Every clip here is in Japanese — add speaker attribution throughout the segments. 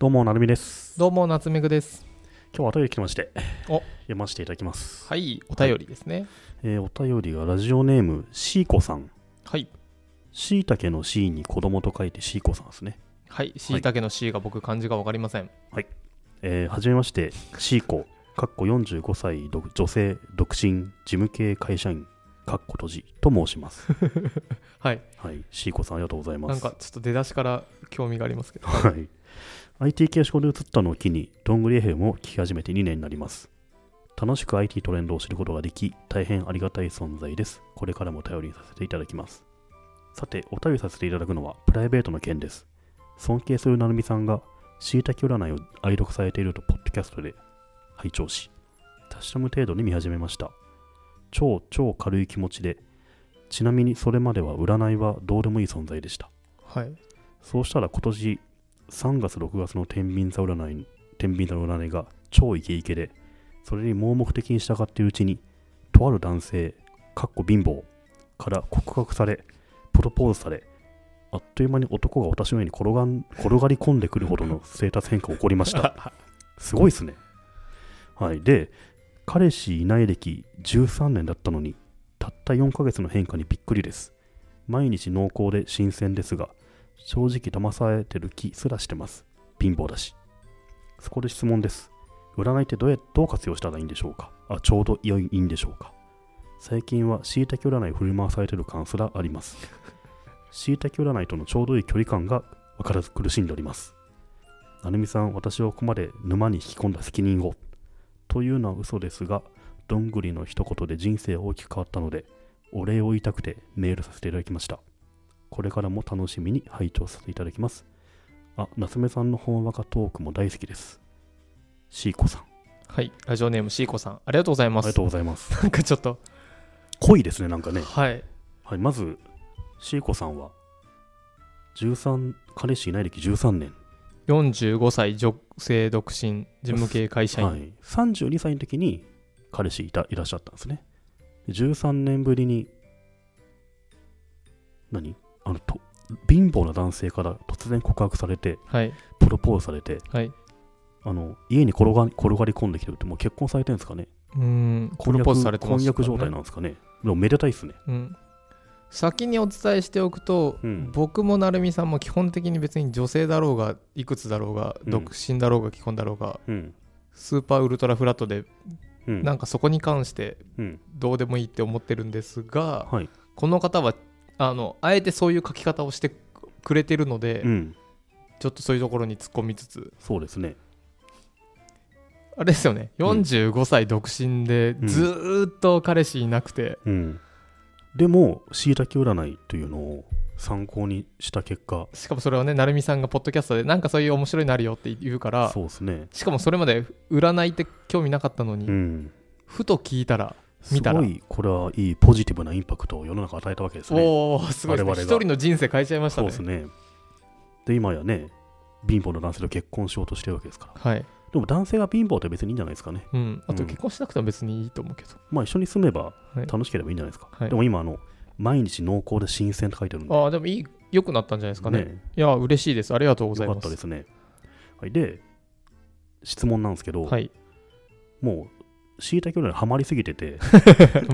Speaker 1: どうも、なるみです。
Speaker 2: どうも夏目ぐです
Speaker 1: 今日はお便り来まして、
Speaker 2: お
Speaker 1: 読ませていただきます。
Speaker 2: はいお便りですね
Speaker 1: えーお便りがラジオネーム、しーこさん。
Speaker 2: はい
Speaker 1: しいたけのしーに子供と書いてしーこさんですね。
Speaker 2: はいしいたけの C が僕漢字がわかりません
Speaker 1: えーはじめまして、しーこ、かっこ45歳独女性、独身、事務系会社員、かっこ閉じと申します。
Speaker 2: はい
Speaker 1: はい、しーこさんありがとうござい
Speaker 2: な
Speaker 1: ま
Speaker 2: ん
Speaker 1: す。
Speaker 2: かちょっと出だしから興味がありますけど
Speaker 1: はい。IT 系仕事に移ったのを機に、どんぐり FM を聞き始めて2年になります。楽しく IT トレンドを知ることができ、大変ありがたい存在です。これからも頼りにさせていただきます。さて、お便りさせていただくのは、プライベートの件です。尊敬するなるみさんが、しいたけ占いを愛読されていると、ポッドキャストで拝聴し、たしとむ程度に見始めました。超超軽い気持ちで、ちなみにそれまでは占いはどうでもいい存在でした。
Speaker 2: はい
Speaker 1: そうしたら今年3月6月の天秤座占い天秤座の占いが超イケイケでそれに盲目的に従っているうちにとある男性かっこ貧乏から告白されプロポーズされあっという間に男が私の家に転がん転がり込んでくるほどの生活変化が起こりましたすごいですねはいで彼氏いない歴13年だったのにたった4ヶ月の変化にびっくりです毎日濃厚で新鮮ですが正直騙されてる気すらしてます貧乏だしそこで質問です占いってどうやどう活用したらいいんでしょうかあちょうど良いいいんでしょうか最近はしいたけ占い振り回されてる感すらありますしいたけ占いとのちょうどいい距離感が分からず苦しんでおりますなるみさん私をここまで沼に引き込んだ責任をというのは嘘ですがどんぐりの一言で人生大きく変わったのでお礼を言いたくてメールさせていただきましたこれからも楽しみに拝聴させていただきます。あ、夏目さんのほんわかトークも大好きです。シーコさん、あ
Speaker 2: はいラジオネーム C 子さんありがとうございま
Speaker 1: り
Speaker 2: す
Speaker 1: がとうございます。
Speaker 2: なんかちょっと
Speaker 1: 濃いですね、なんかね。
Speaker 2: はい
Speaker 1: はい、まず、シーコさんは、13、彼氏いない歴13年。
Speaker 2: 45歳女性独身事務系会社員、
Speaker 1: はい。32歳の時に彼氏いたいらっしゃったんですね。13年ぶりに、何あの、と、貧乏な男性から突然告白されて、
Speaker 2: はい
Speaker 1: プロポーズされて、
Speaker 2: はい
Speaker 1: あの家に転が転がり込んできてるって、もう結婚されてるんですかね。
Speaker 2: うーんプロポーズされてます
Speaker 1: 婚約状態なんですかね。でもめでたいですね。
Speaker 2: うん先にお伝えしておくと、
Speaker 1: うん
Speaker 2: 僕も成美さんも基本的に別に女性だろうがいくつだろうが
Speaker 1: うん
Speaker 2: 独身だろうが既婚だろうが、
Speaker 1: うん。
Speaker 2: スーパーウルトラフラットで
Speaker 1: うん。
Speaker 2: なんかそこに関して
Speaker 1: うん。
Speaker 2: どうでもいいって思ってるんですが、
Speaker 1: はい。
Speaker 2: この方はあのあえてそういう書き方をしてくれてるので、
Speaker 1: うん。
Speaker 2: ちょっとそういうところに突っ込みつつ
Speaker 1: そうですね。
Speaker 2: あれですよね
Speaker 1: ん
Speaker 2: 45歳独身で
Speaker 1: うん
Speaker 2: ずーっと彼氏いなくて、
Speaker 1: うん。でも、しいたけ占いというのを参考にした結果、
Speaker 2: しかもそれをね成美さんがポッドキャストでなんかそういう面白いのあるよって言うから
Speaker 1: そうですね。
Speaker 2: しかもそれまで占いって興味なかったのに、
Speaker 1: うん。
Speaker 2: ふと聞いたら
Speaker 1: す
Speaker 2: 見たら
Speaker 1: ごい、これはいいポジティブなインパクトを世の中与えたわけですね。
Speaker 2: おおすごいです
Speaker 1: 我
Speaker 2: ね
Speaker 1: 々が
Speaker 2: 一人の人生変えちゃいまし
Speaker 1: そ
Speaker 2: た
Speaker 1: う
Speaker 2: ね
Speaker 1: ですね。で、今やね、貧乏な男性と結婚しようとしてるわけですから。
Speaker 2: はい、
Speaker 1: でも男性が貧乏って別にいいんじゃないですかね。
Speaker 2: うん、あ
Speaker 1: う
Speaker 2: と
Speaker 1: ん
Speaker 2: 結婚しなくても別にいいと思うけど、
Speaker 1: まあ一緒に住めば
Speaker 2: はい
Speaker 1: 楽しければいいんじゃないですか。
Speaker 2: はい
Speaker 1: でも今、あの、毎日濃厚で新鮮と書いてあるんで。
Speaker 2: ああでもいい良くなったんじゃないですかね
Speaker 1: ね
Speaker 2: いや嬉しいですありがとうござい
Speaker 1: よか
Speaker 2: ま
Speaker 1: っ
Speaker 2: す
Speaker 1: たですね。はい、で、質問なんですけど、
Speaker 2: はい
Speaker 1: もう、しいたけ占いハマりすぎて て、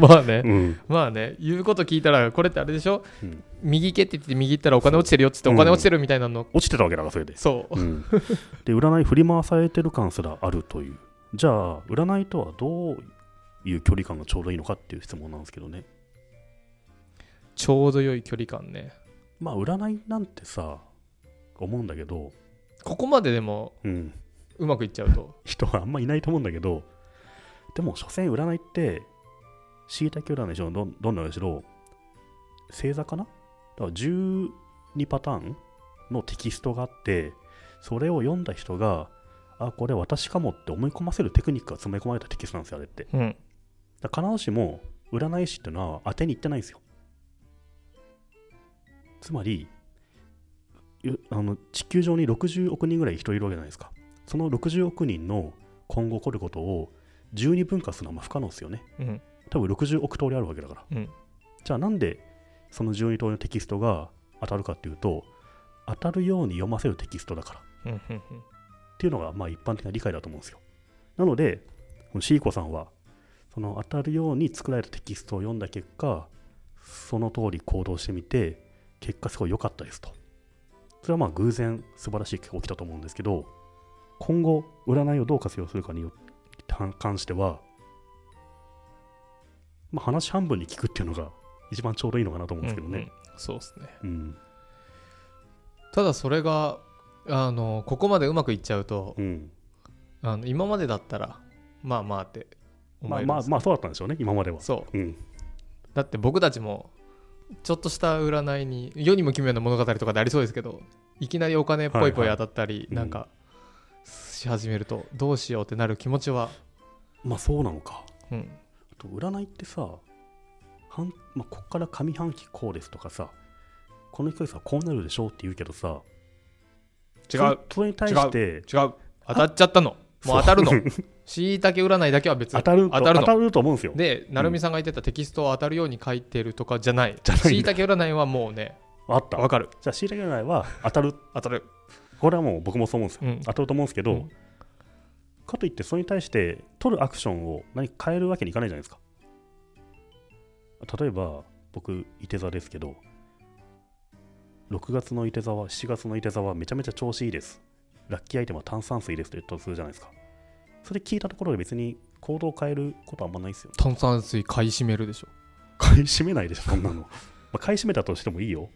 Speaker 2: まあね
Speaker 1: うん
Speaker 2: まあね言うこと聞いたらこれってあれでしょ
Speaker 1: うん
Speaker 2: 右蹴って言って右行ったらお金落ちてるよっつってお金落ちてるみたいなの
Speaker 1: 落ちてたわけだから、それで。
Speaker 2: そう
Speaker 1: うん、で、占い振り回されてる感すらあるという。じゃあ、占いとはどういう距離感がちょうどいいのかっていう質問なんですけどね。
Speaker 2: ちょうど良い距離感ね
Speaker 1: まあ、占いなんてさ、思うんだけど、
Speaker 2: ここまででも
Speaker 1: うん、
Speaker 2: うまくいっちゃうと
Speaker 1: 人はあんまいないと思うんだけど、でも、所詮占いって、しいたけ占いにしろ、どんどんなのにしろ、星座かなだから12パターンのテキストがあって、それを読んだ人が、あ、これ私かもって思い込ませるテクニックが詰め込まれたテキストなんですよ、あれって。
Speaker 2: うん
Speaker 1: だから必ずしも、占い師ってのは当てにいってないんですよ。つまり、よあの地球上に60億人ぐらい人いるわけじゃないですか。その60億人の今後起こることを12分割するのはまあ不可能ですよね。
Speaker 2: うん
Speaker 1: 多分60億通りあるわけだから。
Speaker 2: うん
Speaker 1: じゃあなんでその12通りのテキストが当たるかっていうと、当たるように読ませるテキストだから。
Speaker 2: うんうんうん
Speaker 1: っていうのがまあ一般的な理解だと思うんですよ。なので、このシーコさんは、その当たるように作られたテキストを読んだ結果、その通り行動してみて、結果すごい良かったですと。それはまあ偶然素晴らしい結果が起きたと思うんですけど、今後、占いをどう活用するかによって関しては、まあ、話半分に聞くっていうのが一番ちょうどいいのかなと思うんですけどね。
Speaker 2: うんうんそうですね
Speaker 1: うん。
Speaker 2: ただそれがあのここまでうまくいっちゃうと
Speaker 1: うん。
Speaker 2: あの今までだったらまあまあって思
Speaker 1: まあ
Speaker 2: い
Speaker 1: ま
Speaker 2: ま
Speaker 1: あ、
Speaker 2: す、
Speaker 1: まあ、そうだったんでしょうね、今までは。
Speaker 2: そう
Speaker 1: うん。
Speaker 2: だって僕たちもちょっとした占いに世にも奇妙な物語とかでありそうですけどいきなりお金ぽいぽい当たったり、
Speaker 1: いはい
Speaker 2: なんかし始めるとどうしようってなる気持ちは、
Speaker 1: まあ、そうなのか。
Speaker 2: うん、
Speaker 1: あと占いってさ半、まあ、こっから上半期こうですとかさこの1ヶ月はこうなるでしょうって言うけどさ
Speaker 2: 違
Speaker 1: そうそれに対して
Speaker 2: 違う当たっちゃったのもう当たるの
Speaker 1: そ
Speaker 2: しいたけ占いだけは別
Speaker 1: 当たると
Speaker 2: 当たるの
Speaker 1: 当たると思うんですよ
Speaker 2: で成美さんが言ってたテキストを当たるように書いてるとかじゃない
Speaker 1: じゃないんだ
Speaker 2: しいたけ占いはもうね
Speaker 1: あった
Speaker 2: わかる
Speaker 1: じゃあ椎茸占いは当たる
Speaker 2: 当たる
Speaker 1: これはもう僕もそう思うんですよ
Speaker 2: うん
Speaker 1: 当たると思うんですけど、
Speaker 2: うん
Speaker 1: かといってそれに対して取るアクションを何か変えるわけにいかないじゃないですか例えば僕いて座ですけど6月のいて座は7月のいて座はめちゃめちゃ調子いいですラッキーアイテムは炭酸水ですと言ったとするじゃないですかそれ聞いたところで別に行動を変えることはあんまないですよ
Speaker 2: 炭酸水買い占めるでしょ
Speaker 1: 買い占めないでしょそんなの まあ買い占めたとしてもいいよ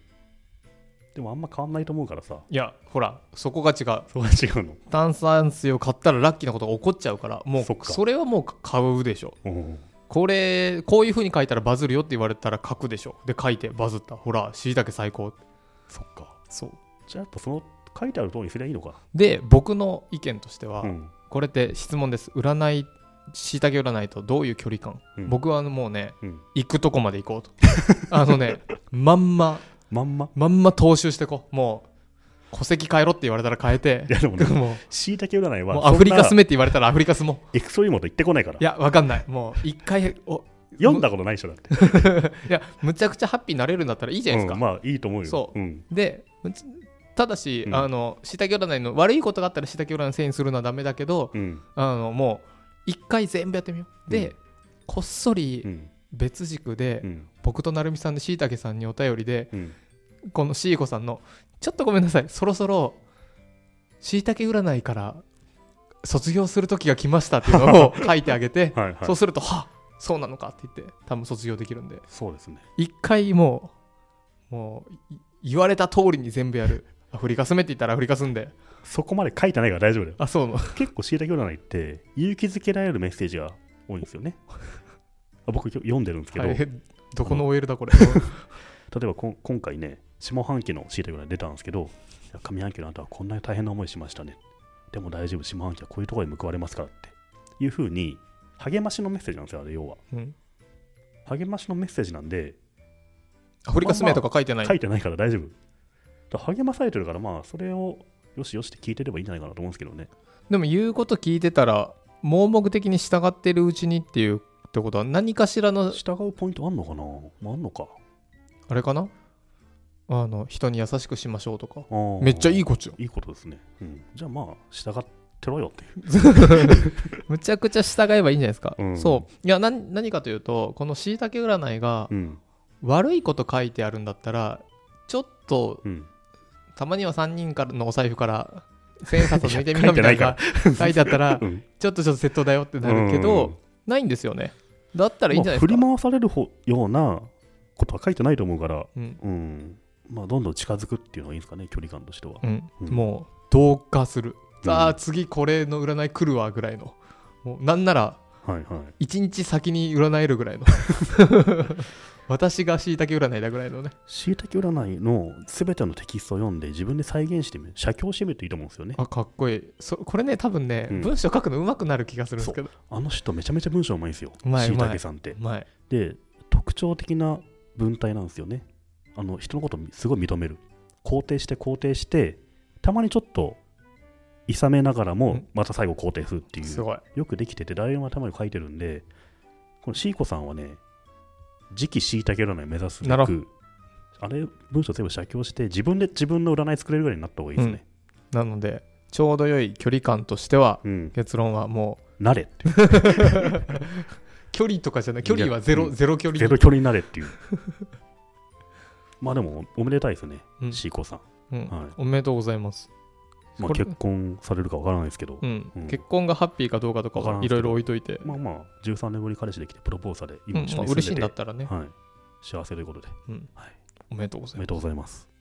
Speaker 1: でもあんま変わんないと思うからさ
Speaker 2: いやほらそこが違う
Speaker 1: それは違うの
Speaker 2: 炭酸水を買ったらラッキーなことが起こっちゃうからも
Speaker 1: そっ
Speaker 2: う
Speaker 1: か
Speaker 2: それはもう買うでしょ
Speaker 1: うん
Speaker 2: これこういう風に書いたらバズるよって言われたら書くでしょで書いてバズったほらしいたけ最高
Speaker 1: そっか
Speaker 2: そう
Speaker 1: じゃあやっぱその書いてある通りにすればいいのか
Speaker 2: で僕の意見としては、
Speaker 1: うん
Speaker 2: これって質問です占いしいたけ占いとどういう距離感、
Speaker 1: うん
Speaker 2: 僕はあのもうね
Speaker 1: うん
Speaker 2: 行くとこまで行こうと あのねまんま
Speaker 1: まんま
Speaker 2: まんま踏襲してこうもう戸籍変えろって言われたら変えて
Speaker 1: いやでもね
Speaker 2: も
Speaker 1: しいたけ占いう
Speaker 2: もう
Speaker 1: は
Speaker 2: アフリカ
Speaker 1: そんな
Speaker 2: 住めって言われたらアフリカ住もう
Speaker 1: エクソリモード言ってこないから
Speaker 2: いやわかんないもう一回お
Speaker 1: 読んだことないでしょだって
Speaker 2: いやむちゃくちゃハッピーになれるんだったらいいじゃないですか、
Speaker 1: うんまあいいと思うよ
Speaker 2: そ
Speaker 1: ん
Speaker 2: でむちただし、
Speaker 1: うん
Speaker 2: あの下着占いの悪いことがあったら下着占いのせいにするのはダメだけど
Speaker 1: うん
Speaker 2: あのもう一回全部やってみようで、
Speaker 1: うん
Speaker 2: こっそ
Speaker 1: うんう
Speaker 2: り
Speaker 1: ん
Speaker 2: 別軸で、
Speaker 1: うん
Speaker 2: 僕と成美さんでしいたけさんにお便りで
Speaker 1: うん
Speaker 2: このしいこさんの「ちょっとごめんなさいそろそろしいたけ占いから卒業する時が来ました」ってい うのを書いてあげて、
Speaker 1: はいはい
Speaker 2: そうすると「はっそうなのか」って言って多分卒業できるんで
Speaker 1: そうですね
Speaker 2: 一回もうもうい言われた通りに全部やるアフリカ住めって言ったらアフリカ住んで
Speaker 1: そこまで書いてないから大丈夫だよ
Speaker 2: あそうの
Speaker 1: 結構しいたけ占いって勇気づけられるメッセージが多いんですよね あ僕読んでるんですけど、
Speaker 2: 大
Speaker 1: 例え
Speaker 2: 変どこ
Speaker 1: あ
Speaker 2: の OL だこれ
Speaker 1: ばこん今回ね下半期のしいたけ占い出たんですけどいや上半期のあなたはこんなに大変な思いしましたねでも大丈夫下半期はこういうところに報われますからっていうふうに励ましのメッセージなんですよあれ要は
Speaker 2: うん
Speaker 1: 励ましのメッセージなんで
Speaker 2: アフリカ住めとか書いてない、
Speaker 1: 書いてないから大丈夫。だから励まされてるから、まあ、それをよしよしって聞いてればいいんじゃないかなと思うんですけどね。
Speaker 2: でも言うこと聞いてたら盲目的に従ってるうちにっていうってことは何かしらの
Speaker 1: 従うポイントあんのかな、まあ、あんのか。
Speaker 2: あれかなあの人に優しくしましょうとか
Speaker 1: あー
Speaker 2: めっちゃいいこっちゃ
Speaker 1: いいことですね。うん、じゃあ、まあ、従ってろよっていう。
Speaker 2: むちゃくちゃ従えばいいんじゃないですか、
Speaker 1: うん
Speaker 2: そういやな何かというとこのしいたけ占いが
Speaker 1: うん、
Speaker 2: 悪いこと書いてあるんだったらちょっと
Speaker 1: うん。
Speaker 2: たまには3人からのお財布から千円札を抜いてみ
Speaker 1: いや
Speaker 2: ろみたい
Speaker 1: 書い
Speaker 2: な書いてあったら
Speaker 1: うん
Speaker 2: ちょっとちょっと窃盗だよってなるけ
Speaker 1: うん
Speaker 2: どないんですよねだったらいいんじゃ
Speaker 1: まあ
Speaker 2: ないです
Speaker 1: 振
Speaker 2: か、
Speaker 1: り回されるほようなことは書いてないと思うから、
Speaker 2: うん
Speaker 1: うん。まあ、どんどん近づくっていうのがいいんですかね、距離感としては。
Speaker 2: うん
Speaker 1: うん
Speaker 2: もう同化する、
Speaker 1: うん
Speaker 2: さあ次これの占い来るわぐらいのもうなんなら
Speaker 1: はいはい。
Speaker 2: 1日先に占えるぐらいの 私がしいたけ占いだぐらいのね
Speaker 1: しいたけ占いのすべてのテキストを読んで、自分で再現してみる、写経してみるといいと思うんですよね。
Speaker 2: あかっこいいそこれね多分ね、
Speaker 1: うん
Speaker 2: 文章書くの上手くなる気がするんですけど
Speaker 1: あの人、めちゃめちゃ文章うまいんですよ、
Speaker 2: うまい
Speaker 1: し
Speaker 2: う
Speaker 1: い
Speaker 2: まい
Speaker 1: たけさんって。
Speaker 2: 前
Speaker 1: で特徴的な文体なんですよねあの人のことをすごい認める肯定して肯定してたまにちょっといさめながら
Speaker 2: う
Speaker 1: も
Speaker 2: ん
Speaker 1: また最後肯定するってい
Speaker 2: す
Speaker 1: う
Speaker 2: ごい
Speaker 1: よくできてて誰も頭に書いてるんでこのシーコさんはね次期しいたけ占いを目指すべ
Speaker 2: なるほ
Speaker 1: くあれ文章全部写経して自分で自分の占い作れるようになった方がいいですね、
Speaker 2: なのでちょうど良い距離感としては
Speaker 1: うん、
Speaker 2: 結論はも
Speaker 1: 慣れっていう
Speaker 2: う 距離とかじゃない距離
Speaker 1: い
Speaker 2: は
Speaker 1: や
Speaker 2: ゼロ
Speaker 1: うん
Speaker 2: ゼロ距離
Speaker 1: ゼロ距離になれっていう まあでもおめでたいですね
Speaker 2: うん
Speaker 1: シーコさん、
Speaker 2: うん
Speaker 1: はい
Speaker 2: おめでとうございます
Speaker 1: まあ、
Speaker 2: これ
Speaker 1: 結婚されるかわからないですけど、
Speaker 2: うん
Speaker 1: うん
Speaker 2: 結婚がハッピーかどうかとか
Speaker 1: わからん
Speaker 2: は
Speaker 1: す
Speaker 2: い
Speaker 1: けど
Speaker 2: ろいろ置いといて
Speaker 1: まあまあ13年ぶりに彼氏できてプロポーズされ
Speaker 2: うん
Speaker 1: 今一緒
Speaker 2: ま
Speaker 1: に住
Speaker 2: あ
Speaker 1: んで、
Speaker 2: 嬉していんだったらね
Speaker 1: はい、幸せということで
Speaker 2: うん
Speaker 1: はい
Speaker 2: おめでとうござ
Speaker 1: おめで
Speaker 2: いま
Speaker 1: すとうございます